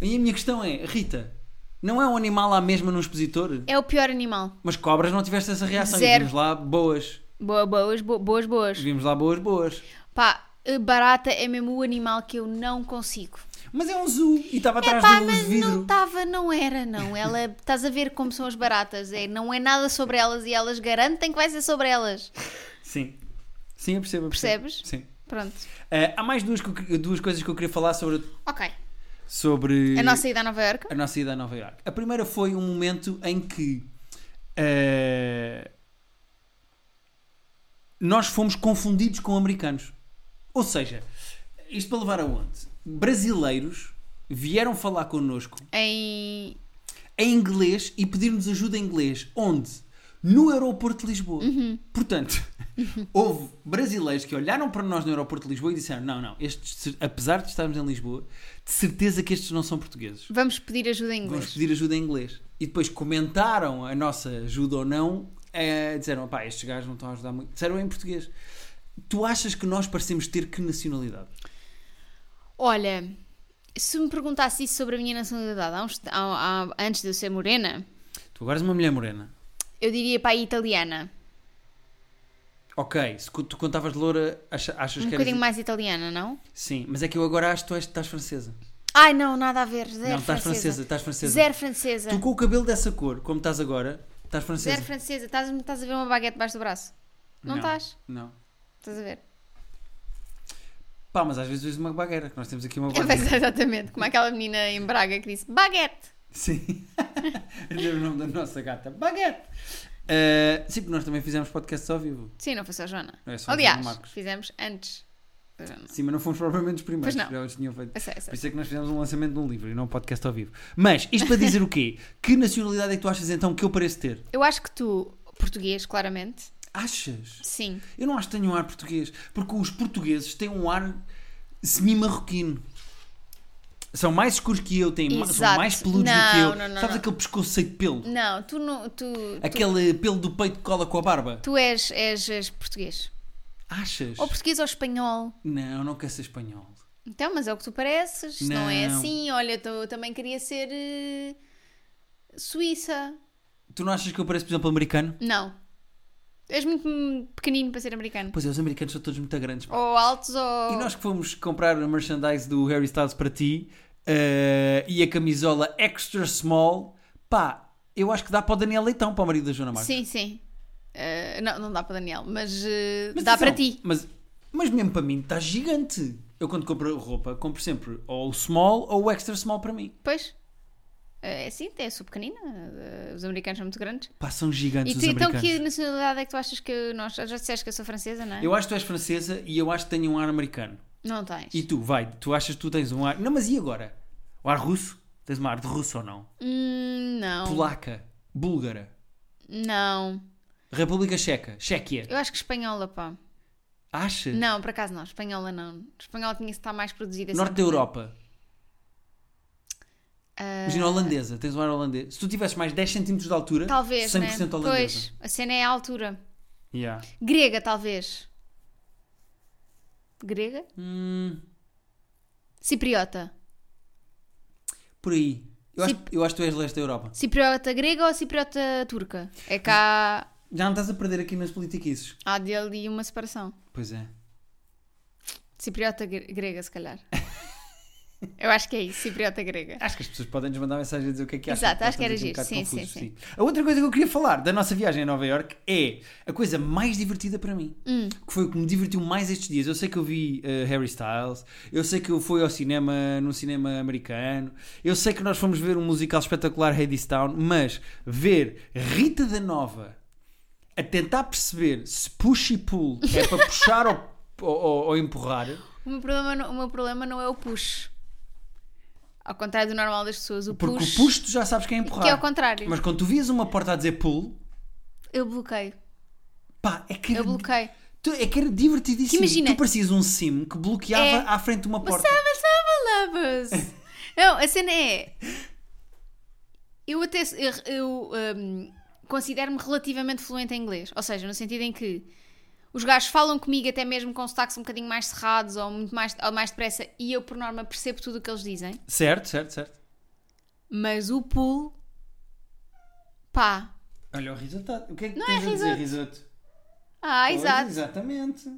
[SPEAKER 2] E a minha questão é, Rita, não é um animal lá mesmo num expositor?
[SPEAKER 1] É o pior animal.
[SPEAKER 2] Mas cobras não tiveste essa reação e
[SPEAKER 1] Zero.
[SPEAKER 2] vimos lá boas.
[SPEAKER 1] Boa, boas, bo- boas, boas.
[SPEAKER 2] Vimos lá boas, boas.
[SPEAKER 1] Pá, barata é mesmo o animal que eu não consigo.
[SPEAKER 2] Mas é um zoo e estava
[SPEAKER 1] É
[SPEAKER 2] atrás
[SPEAKER 1] pá,
[SPEAKER 2] de um
[SPEAKER 1] mas
[SPEAKER 2] vidro.
[SPEAKER 1] não estava, não era, não. Ela, estás a ver como são as baratas, é, não é nada sobre elas e elas garantem que vai ser sobre elas.
[SPEAKER 2] Sim. Sim, eu percebo. eu percebo.
[SPEAKER 1] Percebes?
[SPEAKER 2] Sim.
[SPEAKER 1] Pronto.
[SPEAKER 2] Uh, há mais duas, que eu que- duas coisas que eu queria falar sobre
[SPEAKER 1] Ok.
[SPEAKER 2] sobre
[SPEAKER 1] A nossa ida a Nova Iorque?
[SPEAKER 2] a nossa ida a Nova Iorque. A primeira foi um momento em que eh, nós fomos confundidos com americanos. Ou seja, isto para levar aonde? Brasileiros vieram falar connosco
[SPEAKER 1] Em.
[SPEAKER 2] em inglês e pedir-nos ajuda em inglês. Onde? No aeroporto de Lisboa. Portanto, houve brasileiros que olharam para nós no aeroporto de Lisboa e disseram: não, não, estes, apesar de estarmos em Lisboa, de certeza que estes não são portugueses.
[SPEAKER 1] Vamos pedir ajuda em
[SPEAKER 2] Vamos
[SPEAKER 1] inglês.
[SPEAKER 2] pedir ajuda em inglês. E depois comentaram a nossa ajuda ou não, eh, disseram: pá, estes gajos não estão a ajudar muito. Disseram em português. Tu achas que nós parecemos ter que nacionalidade?
[SPEAKER 1] Olha, se me perguntasse isso sobre a minha nacionalidade há uns- há- há- antes de eu ser morena,
[SPEAKER 2] Tu agora és uma mulher morena.
[SPEAKER 1] eu diria para a italiana.
[SPEAKER 2] Ok, se cu- tu contavas de loura, acha- achas
[SPEAKER 1] Um
[SPEAKER 2] que
[SPEAKER 1] bocadinho
[SPEAKER 2] eras.
[SPEAKER 1] mais italiana, não?
[SPEAKER 2] Sim, mas é que eu agora acho que tu és- estás francesa.
[SPEAKER 1] Ai não, nada a ver. Zero
[SPEAKER 2] não, estás francesa, estás francesa.
[SPEAKER 1] É Zero francesa.
[SPEAKER 2] Tu com o cabelo dessa cor, como estás agora, estás francesa.
[SPEAKER 1] Zero francesa. Estás, estás a ver uma baguete debaixo do braço? Não estás?
[SPEAKER 2] Não.
[SPEAKER 1] Estás a ver?
[SPEAKER 2] Pá, mas às vezes usas uma bagueira, que nós temos aqui uma
[SPEAKER 1] Eu
[SPEAKER 2] bagueira.
[SPEAKER 1] pensei exatamente como aquela menina em Braga que disse baguete.
[SPEAKER 2] Sim. é o nome da nossa gata. Baguete! Ah, sim, porque nós também fizemos podcasts ao vivo.
[SPEAKER 1] Sim, não foi só a Joana.
[SPEAKER 2] Não é só o
[SPEAKER 1] Aliás,
[SPEAKER 2] João Marcos.
[SPEAKER 1] fizemos antes da Joana.
[SPEAKER 2] Sim, mas não fomos propriamente os
[SPEAKER 1] Pois
[SPEAKER 2] primeiros.
[SPEAKER 1] não.
[SPEAKER 2] Já os tinham feito.
[SPEAKER 1] Eu sei, eu sei.
[SPEAKER 2] Por isso é que nós fizemos um lançamento de um livro e não um podcast ao vivo. Mas, isto para dizer o quê? Que nacionalidade é que tu achas então que eu pareço ter?
[SPEAKER 1] Eu acho que tu, português, claramente,
[SPEAKER 2] Achas?
[SPEAKER 1] sim.
[SPEAKER 2] Eu não acho que tenho um ar português, porque os portugueses têm um ar semi-marroquino. São mais escuros que eu, têm ma- são
[SPEAKER 1] Exato.
[SPEAKER 2] mais peludos do que
[SPEAKER 1] Não,
[SPEAKER 2] eu.
[SPEAKER 1] não, não,
[SPEAKER 2] Sabes
[SPEAKER 1] não.
[SPEAKER 2] aquele pescoço cheio de pelo?
[SPEAKER 1] Não, tu não. Tu, tu,
[SPEAKER 2] Aquele pelo do peito É que cola com a barba?
[SPEAKER 1] tu és, és, és português.
[SPEAKER 2] Achas?
[SPEAKER 1] Ou português ou espanhol.
[SPEAKER 2] Não, não quer ser espanhol.
[SPEAKER 1] Então, mas é o que tu pareces, não, é
[SPEAKER 2] Não.
[SPEAKER 1] assim. Olha, tu, eu também queria ser. eh, Suíça.
[SPEAKER 2] Tu não achas que eu pareço, por exemplo, americano?
[SPEAKER 1] Não. És muito hum, pequenino para ser americano.
[SPEAKER 2] Pois é, os americanos são todos muito grandes. pá.
[SPEAKER 1] Ou altos ou.
[SPEAKER 2] E nós que fomos comprar a merchandise do Harry Styles para ti eh, e a camisola extra small, pá, eu acho que dá para o Daniel Leitão, para o marido da Joana Marques.
[SPEAKER 1] Sim, sim. Ah, não, não dá para Daniel, mas, ah,
[SPEAKER 2] Mas então?
[SPEAKER 1] dá
[SPEAKER 2] atenção,
[SPEAKER 1] para ti.
[SPEAKER 2] Mas, mas mesmo para mim está gigante. Eu quando compro roupa, compro sempre ou o small ou o extra small para mim.
[SPEAKER 1] Pois. Ah, é sim, é sou pequenina. Ah, os americanos são muito grandes.
[SPEAKER 2] Pá, são gigantes
[SPEAKER 1] E
[SPEAKER 2] os
[SPEAKER 1] tu, então,
[SPEAKER 2] americanos.
[SPEAKER 1] que nacionalidade é que tu achas que nós. Já disseste que eu sou francesa, não é?
[SPEAKER 2] Eu acho que tu és francesa e eu acho que tenho um ar americano.
[SPEAKER 1] Não tens.
[SPEAKER 2] E tu, vai, tu achas que tu tens um ar... Não, mas e agora? O ar russo? Tens um ar de russo ou não?
[SPEAKER 1] Hum, não.
[SPEAKER 2] Polaca, búlgara,
[SPEAKER 1] Não.
[SPEAKER 2] República Checa, Chequia.
[SPEAKER 1] Eu acho que espanhola, pá.
[SPEAKER 2] Acha?
[SPEAKER 1] Não, por acaso não. Espanhola não. Espanhola tinha-se estar mais produzida. assim.
[SPEAKER 2] Norte da
[SPEAKER 1] sempre.
[SPEAKER 2] Europa.
[SPEAKER 1] Ah,
[SPEAKER 2] Imagina holandesa, tens um ar holandês. Se tu tivesses mais 10 cm de altura,
[SPEAKER 1] Talvez,
[SPEAKER 2] 100%
[SPEAKER 1] né?
[SPEAKER 2] holandesa.
[SPEAKER 1] Pois, a cena é a altura.
[SPEAKER 2] Yeah.
[SPEAKER 1] Grega, talvez. Grega?
[SPEAKER 2] Hum,
[SPEAKER 1] Cipriota.
[SPEAKER 2] por aí. Eu acho,
[SPEAKER 1] Sim.
[SPEAKER 2] eu acho que tu és leste da Europa.
[SPEAKER 1] Cipriota grega ou cipriota turca? É cá.
[SPEAKER 2] Já não estás a perder aqui nas politiquices.
[SPEAKER 1] Há de ali uma separação.
[SPEAKER 2] Pois é.
[SPEAKER 1] Cipriota gre- grega, se calhar. Eu acho que é isso, cipriota grega.
[SPEAKER 2] Acho que as pessoas podem nos mandar mensagem a dizer o que é que acham.
[SPEAKER 1] Exato,
[SPEAKER 2] nós
[SPEAKER 1] acho que era
[SPEAKER 2] estamos aqui
[SPEAKER 1] giro.
[SPEAKER 2] bocado
[SPEAKER 1] Sim,
[SPEAKER 2] confusos, sim. A outra coisa que eu queria falar da nossa viagem a Nova Iorque é a coisa mais divertida para mim.
[SPEAKER 1] Hum.
[SPEAKER 2] Que foi o que me divertiu mais estes dias. Eu sei que eu vi eh, Harry Styles, eu sei que eu fui ao cinema, num cinema americano, eu sei que nós fomos ver um musical espetacular, Hadestown, mas ver Rita da Nova a tentar perceber se push e pull é para puxar ou, ou- ou empurrar.
[SPEAKER 1] O meu, problema não, o meu problema não é o push. Ao contrário do normal das pessoas, o
[SPEAKER 2] Porque
[SPEAKER 1] push.
[SPEAKER 2] o push tu já sabes que é empurrar.
[SPEAKER 1] Que é ao contrário.
[SPEAKER 2] Mas quando tu vias uma porta a dizer pull,
[SPEAKER 1] Eu bloqueio.
[SPEAKER 2] pá, é que
[SPEAKER 1] Eu
[SPEAKER 2] era,
[SPEAKER 1] bloqueio.
[SPEAKER 2] tu- é que era divertidíssimo.
[SPEAKER 1] Que imagina-
[SPEAKER 2] Tu parecias um sim que bloqueava
[SPEAKER 1] É.
[SPEAKER 2] à frente de uma porta.
[SPEAKER 1] Summer, summer lovers. Não, a cena é. Eu até. se- Eu, eu, hum, considero-me relativamente fluente em inglês. Ou seja, no sentido em que os gajos falam comigo até mesmo com sotaques um bocadinho mais cerrados ou muito mais, ou mais depressa e eu, por norma, percebo tudo o que eles dizem.
[SPEAKER 2] Certo, certo, certo.
[SPEAKER 1] Mas o pull. pá.
[SPEAKER 2] Olha o risotado. O que é que
[SPEAKER 1] Não
[SPEAKER 2] tens
[SPEAKER 1] é
[SPEAKER 2] a dizer, risoto?
[SPEAKER 1] Ah,
[SPEAKER 2] Pois,
[SPEAKER 1] exato.
[SPEAKER 2] Exatamente.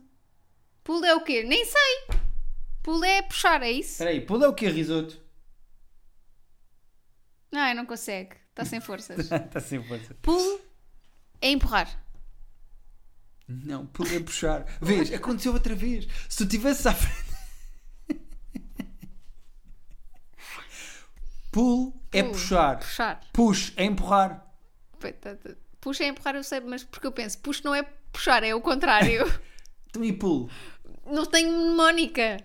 [SPEAKER 1] Pull é o quê? Nem sei. Pull é puxar, é isso?
[SPEAKER 2] Espera aí, pull é o quê, risoto?
[SPEAKER 1] Não, eu não consegue. Está sem forças.
[SPEAKER 2] Está sem força.
[SPEAKER 1] Pull é empurrar.
[SPEAKER 2] Não, pull é puxar. Vês, aconteceu outra vez. Se tu tivesses à frente. pull é
[SPEAKER 1] Pull.
[SPEAKER 2] puxar.
[SPEAKER 1] Puxar.
[SPEAKER 2] Push é empurrar.
[SPEAKER 1] Puxa é empurrar, eu sei, mas porque eu penso, puxa não é puxar, é o contrário.
[SPEAKER 2] Então e pull?
[SPEAKER 1] não tenho mnemónica.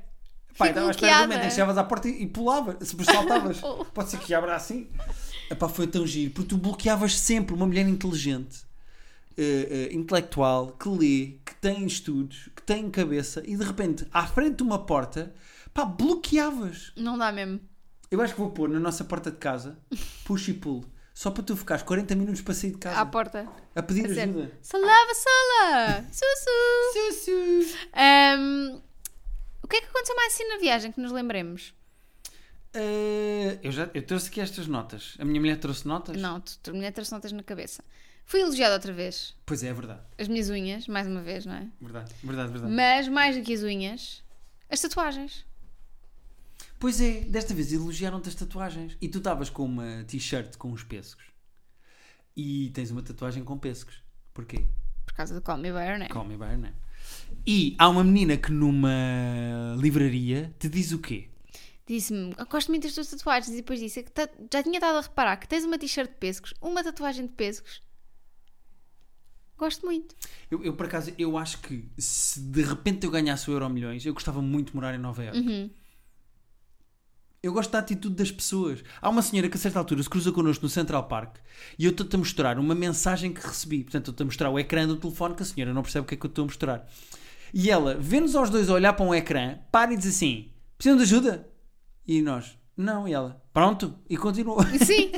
[SPEAKER 2] Pá,
[SPEAKER 1] Fico
[SPEAKER 2] então à espera do
[SPEAKER 1] bloqueada.
[SPEAKER 2] momento em que chegavas à porta e, e pulavas, se saltavas.
[SPEAKER 1] Oh.
[SPEAKER 2] Pode ser que abra assim. Epá, foi tão giro, porque tu bloqueavas sempre uma mulher inteligente, eh, eh, intelectual, que lê, que tem estudos, que tem cabeça, e de repente, à frente de uma porta, pá, bloqueavas.
[SPEAKER 1] Não dá mesmo.
[SPEAKER 2] Eu acho que vou pôr na nossa porta de casa, push e pull, só para tu ficares 40 minutos para sair de
[SPEAKER 1] À
[SPEAKER 2] casa,
[SPEAKER 1] porta.
[SPEAKER 2] a pedir
[SPEAKER 1] Ah, A sério.
[SPEAKER 2] ajuda.
[SPEAKER 1] Salava, sala! Sussu!
[SPEAKER 2] Sussu.
[SPEAKER 1] Ahm, o que é que aconteceu mais assim na viagem que nos lembremos?
[SPEAKER 2] Eh, eu, já, eu trouxe aqui estas notas. A minha mulher trouxe notas?
[SPEAKER 1] Não, tu terminei três notas na cabeça. Fui elogiada outra vez.
[SPEAKER 2] Pois é, é verdade.
[SPEAKER 1] As minhas unhas, mais uma vez, não é?
[SPEAKER 2] Verdade, verdade, verdade.
[SPEAKER 1] Mas mais do que as unhas, as tatuagens.
[SPEAKER 2] Pois é, desta vez elogiaram-te as tatuagens. E tu estavas com uma t-shirt com uns pêssegos. E tens uma tatuagem com pêssegos. Porquê?
[SPEAKER 1] Por causa do Call Me By Your Name.
[SPEAKER 2] Call me by your name. é? E há uma menina que numa livraria te diz o quê?
[SPEAKER 1] Disse-me, "Eu gosto muito das tuas tatuagens. E depois disse "É que ta- já tinha estado a reparar que tens uma t-shirt de pêssegos, uma tatuagem de pêssegos. Gosto muito.
[SPEAKER 2] Eu, eu, por acaso, eu acho que se de repente eu ganhasse o Euro Milhões, eu gostava muito de morar em Nova Iorque. Eu gosto da atitude das pessoas. Há uma senhora que a certa altura se cruza connosco no Central Park e eu estou-te a mostrar uma mensagem que recebi. Portanto, eu estou a mostrar o ecrã do telefone que a senhora não percebe o que é que eu estou a mostrar. E ela vê-nos aos dois a olhar para um ecrã, para e diz assim: Precisam de ajuda? E nós: Não. E ela: Pronto. E continua.
[SPEAKER 1] Sim.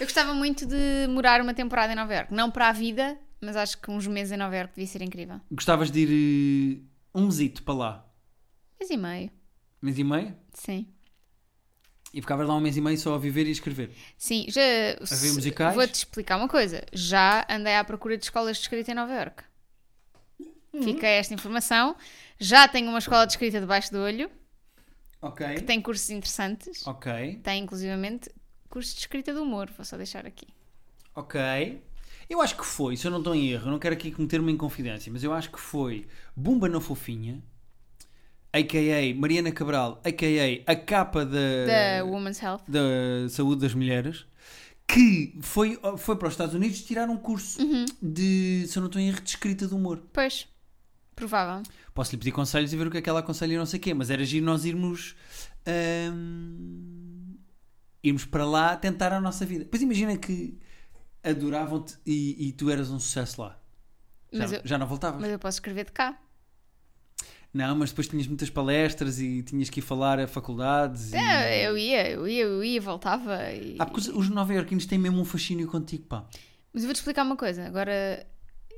[SPEAKER 1] Eu gostava muito de morar uma temporada em Nova Iorque. Não para a vida, mas acho que uns meses em Nova Iorque devia ser incrível.
[SPEAKER 2] Gostavas de ir eh, um mesito para lá?
[SPEAKER 1] Mês e meio.
[SPEAKER 2] Mês e meio?
[SPEAKER 1] Sim.
[SPEAKER 2] E ficavas lá um mês e meio só a viver e escrever.
[SPEAKER 1] Sim, já. se-
[SPEAKER 2] musicais?
[SPEAKER 1] Vou-te explicar uma coisa. Já andei à procura de escolas de escrita em Nova Iorque. Fica esta informação. Já tenho uma escola de escrita debaixo do olho,
[SPEAKER 2] Ok.
[SPEAKER 1] que tem cursos interessantes.
[SPEAKER 2] Ok.
[SPEAKER 1] Tem, inclusivamente, cursos de escrita do humor. Vou só deixar aqui.
[SPEAKER 2] Ok. Eu acho que foi, se eu não estou em erro, eu não quero aqui cometer uma inconfidência, mas eu acho que foi Bumba na Fofinha, a.k.a. Mariana Cabral, a.k.a. a capa É.
[SPEAKER 1] Da Women's Health.
[SPEAKER 2] da saúde das mulheres que foi, foi para os Estados Unidos tirar um curso de, se eu não estou em erro, de escrita de humor.
[SPEAKER 1] Pois. Provável.
[SPEAKER 2] Posso lhe pedir conselhos e ver o que é que ela aconselha e não sei o quê, mas era giro nós irmos. hum, irmos para lá tentar a nossa vida. Pois imagina que adoravam-te e, e tu eras um sucesso lá. Já,
[SPEAKER 1] Mas eu,
[SPEAKER 2] já não voltavas.
[SPEAKER 1] mas eu posso escrever de cá.
[SPEAKER 2] Não, mas depois tinhas muitas palestras e tinhas que ir falar a faculdades. e-
[SPEAKER 1] É, Eu ia, eu ia, eu ia, voltava. E...
[SPEAKER 2] Hum. Ah, porque os- os nova-iorquinos têm mesmo um fascínio contigo, pá.
[SPEAKER 1] Mas eu vou-te explicar uma coisa. Agora,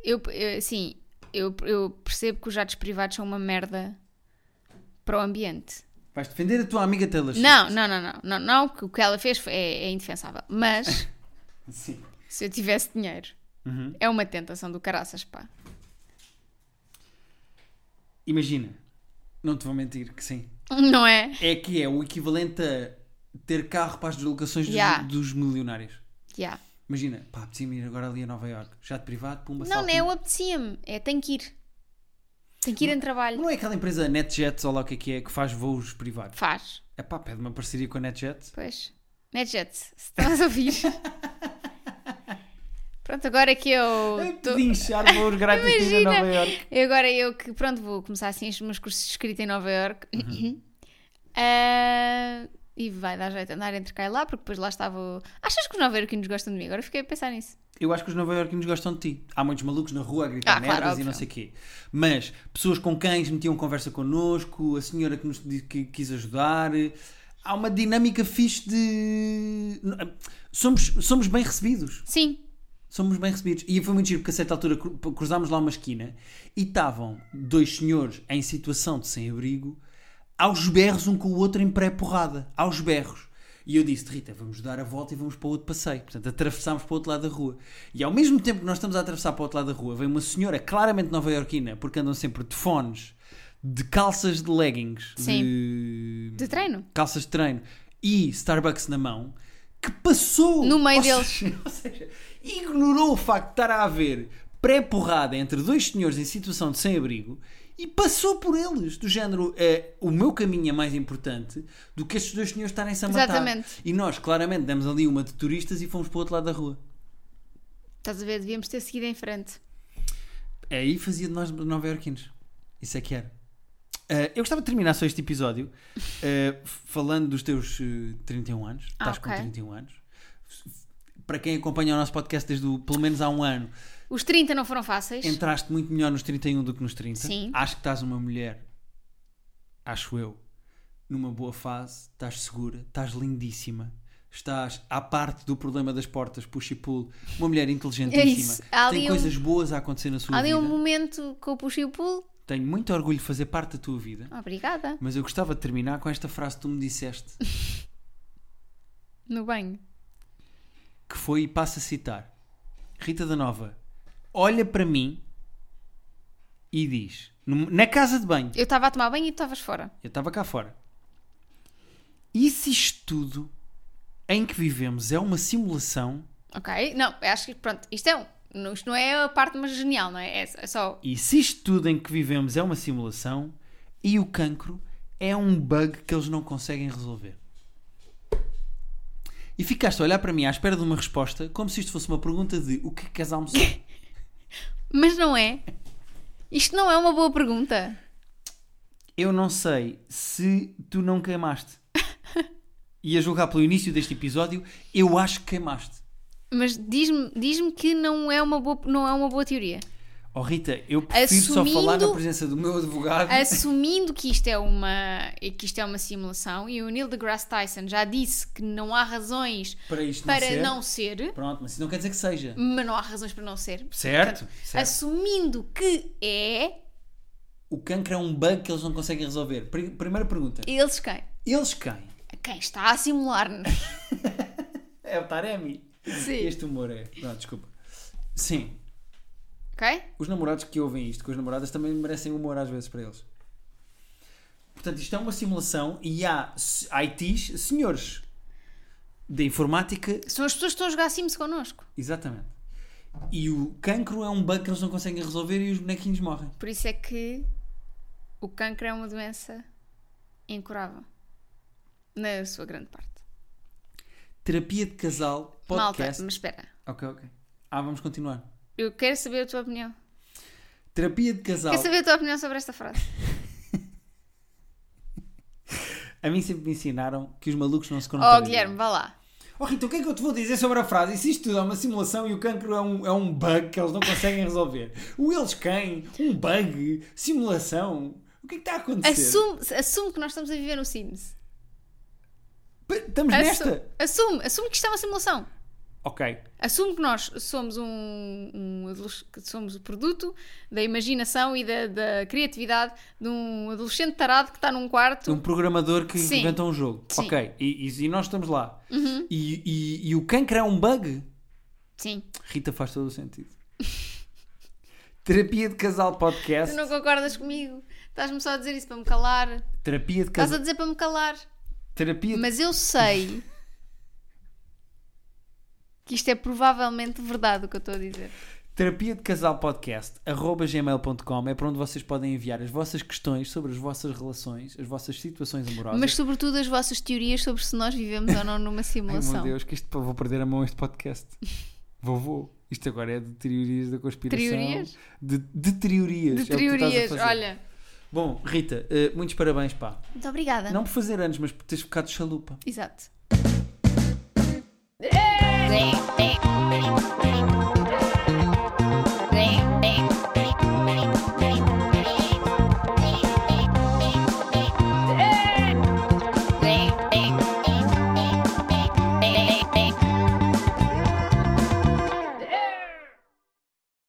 [SPEAKER 1] eu, eu assim, eu, eu percebo que os jatos privados são uma merda para o ambiente.
[SPEAKER 2] Vais defender a tua amiga Taylor Swift.
[SPEAKER 1] Não, não, não, não, não, não, que o que ela fez foi- é, é indefensável. Mas,
[SPEAKER 2] Sim.
[SPEAKER 1] se eu tivesse dinheiro,
[SPEAKER 2] Uhum.
[SPEAKER 1] é uma tentação do caraças, pá.
[SPEAKER 2] Imagina, não te vou mentir que sim.
[SPEAKER 1] Não é?
[SPEAKER 2] É que é o equivalente a ter carro para as deslocações dos,
[SPEAKER 1] Yeah.
[SPEAKER 2] dos milionários.
[SPEAKER 1] Yeah.
[SPEAKER 2] Imagina, pá, preciso ir agora ali a Nova Iorque, já de privado, pumba,
[SPEAKER 1] Não, não é
[SPEAKER 2] saltinho.
[SPEAKER 1] eu apetecia-me, é tenho que ir. Tenho que ir em trabalho.
[SPEAKER 2] Não é aquela empresa NetJets, ou lá o que é que é, que faz voos privados.
[SPEAKER 1] Faz,
[SPEAKER 2] É pá, pede uma parceria com a NetJets.
[SPEAKER 1] pois. Netjet, se estás a ouvir. Pronto, agora que eu.
[SPEAKER 2] É
[SPEAKER 1] tô-
[SPEAKER 2] pedinchar voos grátis para ir a
[SPEAKER 1] Imagina.
[SPEAKER 2] Nova Iorque.
[SPEAKER 1] E agora eu que, pronto, vou começar assim os meus cursos de escrita em Nova Iorque. Uhum. Ah, e vai dar jeito de andar entre cá e lá, porque depois lá estava. o- Achas que os Nova Iorquinos gostam de mim? Agora fiquei a pensar nisso.
[SPEAKER 2] Eu acho que os Nova Iorquinos gostam de ti. Há muitos malucos na rua a gritar
[SPEAKER 1] Ah, claro,
[SPEAKER 2] merdas e não
[SPEAKER 1] óbvio.
[SPEAKER 2] sei o quê. Mas pessoas com cães metiam conversa connosco, a senhora que nos di- que quis ajudar. Há uma dinâmica fixe de. Somos, somos bem recebidos.
[SPEAKER 1] Sim,
[SPEAKER 2] Somos bem recebidos. E foi muito giro porque a certa altura cru- cruzámos lá uma esquina e estavam dois senhores em situação de sem-abrigo aos berros um com o outro em pré-porrada. Aos berros. E eu disse, Rita, vamos dar a volta e vamos para o outro passeio. Portanto, atravessámos para o outro lado da rua. E ao mesmo tempo que nós estamos a atravessar para o outro lado da rua, vem uma senhora claramente nova-iorquina, porque andam sempre de fones, de calças de leggings,
[SPEAKER 1] Sim.
[SPEAKER 2] de
[SPEAKER 1] de treino.
[SPEAKER 2] calças de treino e Starbucks na mão, que passou
[SPEAKER 1] No meio
[SPEAKER 2] ou seja- ou seja, ignorou o facto de estar a haver pré-porrada entre dois senhores em situação de sem-abrigo e passou por eles, do género eh, o meu caminho é mais importante do que estes dois senhores estarem-se a matar.
[SPEAKER 1] Exatamente.
[SPEAKER 2] E nós, claramente, demos ali uma de turistas e fomos para o outro lado da rua.
[SPEAKER 1] Estás a ver? Devíamos ter seguido em frente.
[SPEAKER 2] É Aí fazia de nós nova-iorquinos. Isso é que era. Eh, eu gostava de terminar só este episódio eh, f- falando dos teus eh, 31 anos.
[SPEAKER 1] Ah,
[SPEAKER 2] Estás
[SPEAKER 1] ok.
[SPEAKER 2] com 31 anos. F- f- Para quem acompanha o nosso podcast desde o- pelo menos há um ano,
[SPEAKER 1] Os 30 não foram fáceis.
[SPEAKER 2] entraste muito melhor nos 31 do que nos 30.
[SPEAKER 1] Sim.
[SPEAKER 2] Acho que estás uma mulher, acho eu, numa boa fase, estás segura, estás lindíssima. Estás à parte do problema das portas, push e pull, uma mulher inteligentíssima.
[SPEAKER 1] É isso. Há ali
[SPEAKER 2] Tem
[SPEAKER 1] um-
[SPEAKER 2] coisas boas a acontecer na sua
[SPEAKER 1] Há ali
[SPEAKER 2] vida.
[SPEAKER 1] um momento que eu puxei o pulo.
[SPEAKER 2] Tenho muito orgulho de fazer parte da tua vida,
[SPEAKER 1] Obrigada.
[SPEAKER 2] mas eu gostava de terminar com esta frase que tu me disseste,
[SPEAKER 1] No banho.
[SPEAKER 2] que foi, e passo a citar: Rita da Nova, olha para mim e diz, num- na casa de banho,
[SPEAKER 1] Eu estava a tomar banho e tu estavas fora.
[SPEAKER 2] eu estava cá fora, e se isto tudo em que vivemos é uma simulação,
[SPEAKER 1] Ok? Não, eu acho que pronto. Isto é um. Isto não é a parte mais genial, não é? É é só.
[SPEAKER 2] e se isto tudo em que vivemos é uma simulação, e o cancro é um bug que eles não conseguem resolver. E ficaste a olhar para mim à espera de uma resposta, como se isto fosse uma pergunta de o que é que queres almoçar?
[SPEAKER 1] Mas não é. Isto não é uma boa pergunta.
[SPEAKER 2] Eu não sei se tu não queimaste. E a julgar pelo início deste episódio, eu acho que queimaste.
[SPEAKER 1] Mas diz-me diz que não é, uma boa, não é uma boa teoria.
[SPEAKER 2] Oh Rita, eu prefiro só
[SPEAKER 1] Assumindo-
[SPEAKER 2] falar na presença do meu advogado.
[SPEAKER 1] Assumindo que isto, é uma, que isto é uma simulação e o Neil deGrasse Tyson já disse que não há razões
[SPEAKER 2] Para isto não
[SPEAKER 1] para
[SPEAKER 2] ser.
[SPEAKER 1] não ser,
[SPEAKER 2] Pronto, mas isso não quer dizer que seja.
[SPEAKER 1] mas não há razões para não ser.
[SPEAKER 2] Certo? certo.
[SPEAKER 1] Assumindo que é,
[SPEAKER 2] O cancro é um bug que eles não conseguem resolver. Pri- Primeira pergunta.
[SPEAKER 1] eles quem?
[SPEAKER 2] Eles quem?
[SPEAKER 1] Quem está a simular-nos?
[SPEAKER 2] É o Taremi.
[SPEAKER 1] Sim.
[SPEAKER 2] Este humor é. Não, desculpa. Sim,
[SPEAKER 1] Ok?
[SPEAKER 2] os namorados que ouvem isto com as namoradas também merecem humor às vezes para eles. Portanto, isto é uma simulação e há s- ITs, senhores da informática,
[SPEAKER 1] São as pessoas que estão a jogar Sims connosco.
[SPEAKER 2] exatamente. E o cancro é um bug que eles não conseguem resolver e os bonequinhos morrem.
[SPEAKER 1] Por isso é que o cancro é uma doença incurável. Na sua grande parte.
[SPEAKER 2] Terapia de casal,
[SPEAKER 1] Malta,
[SPEAKER 2] podcast.
[SPEAKER 1] mas espera.
[SPEAKER 2] Ok, ok. Ah, vamos continuar.
[SPEAKER 1] Eu quero saber a tua opinião.
[SPEAKER 2] Terapia de casal.
[SPEAKER 1] Quero saber a tua opinião sobre esta frase.
[SPEAKER 2] A mim sempre me ensinaram que os malucos não se
[SPEAKER 1] Oh,
[SPEAKER 2] contrariam.
[SPEAKER 1] Guilherme, vá lá.
[SPEAKER 2] Oh Rita, o que é que eu te vou dizer sobre a frase? E se isto tudo é uma simulação e o cancro é um, é um bug que eles não conseguem resolver? O eles quem? Um bug? Simulação? O que é que está a acontecer?
[SPEAKER 1] Assume, assume que nós estamos a viver no Sims.
[SPEAKER 2] P- Estamos
[SPEAKER 1] Assume,
[SPEAKER 2] nesta?
[SPEAKER 1] assume, assume que isto é uma simulação.
[SPEAKER 2] Ok.
[SPEAKER 1] Assume que nós somos um, um adoles- que somos o produto da imaginação e da, da criatividade de um adolescente tarado que está num quarto.
[SPEAKER 2] Um programador que
[SPEAKER 1] Sim.
[SPEAKER 2] inventa um jogo.
[SPEAKER 1] Sim. Uhum.
[SPEAKER 2] Ok. E, e- e nós estamos lá. E, e- e o cancro é um bug?
[SPEAKER 1] Sim.
[SPEAKER 2] Rita faz todo o sentido. Terapia de casal
[SPEAKER 1] Tu
[SPEAKER 2] podcast.
[SPEAKER 1] não concordas comigo? Estás-me só a dizer isso para me calar.
[SPEAKER 2] Terapia de
[SPEAKER 1] Estás a
[SPEAKER 2] casal.
[SPEAKER 1] dizer para me calar.
[SPEAKER 2] Terapia de...
[SPEAKER 1] Mas eu sei que isto é provavelmente verdade o que eu estou a dizer.
[SPEAKER 2] Terapia de Casal Podcast, arroba gmail.com, é para onde vocês podem enviar as vossas questões sobre as vossas relações, as vossas situações amorosas.
[SPEAKER 1] Mas sobretudo as vossas teorias sobre se nós vivemos ou não numa
[SPEAKER 2] Ai
[SPEAKER 1] simulação.
[SPEAKER 2] meu Deus, que isto, vou perder a mão este podcast. vou, vou. Isto agora é de teorias da conspiração.
[SPEAKER 1] Teorias?
[SPEAKER 2] De, de teorias.
[SPEAKER 1] De
[SPEAKER 2] é o que tu estás a
[SPEAKER 1] teorias,
[SPEAKER 2] fazer.
[SPEAKER 1] olha.
[SPEAKER 2] Bom, Rita, eh, muitos parabéns, pá.
[SPEAKER 1] Muito obrigada.
[SPEAKER 2] Não por fazer anos, mas por teres ficado chalupa.
[SPEAKER 1] Exato.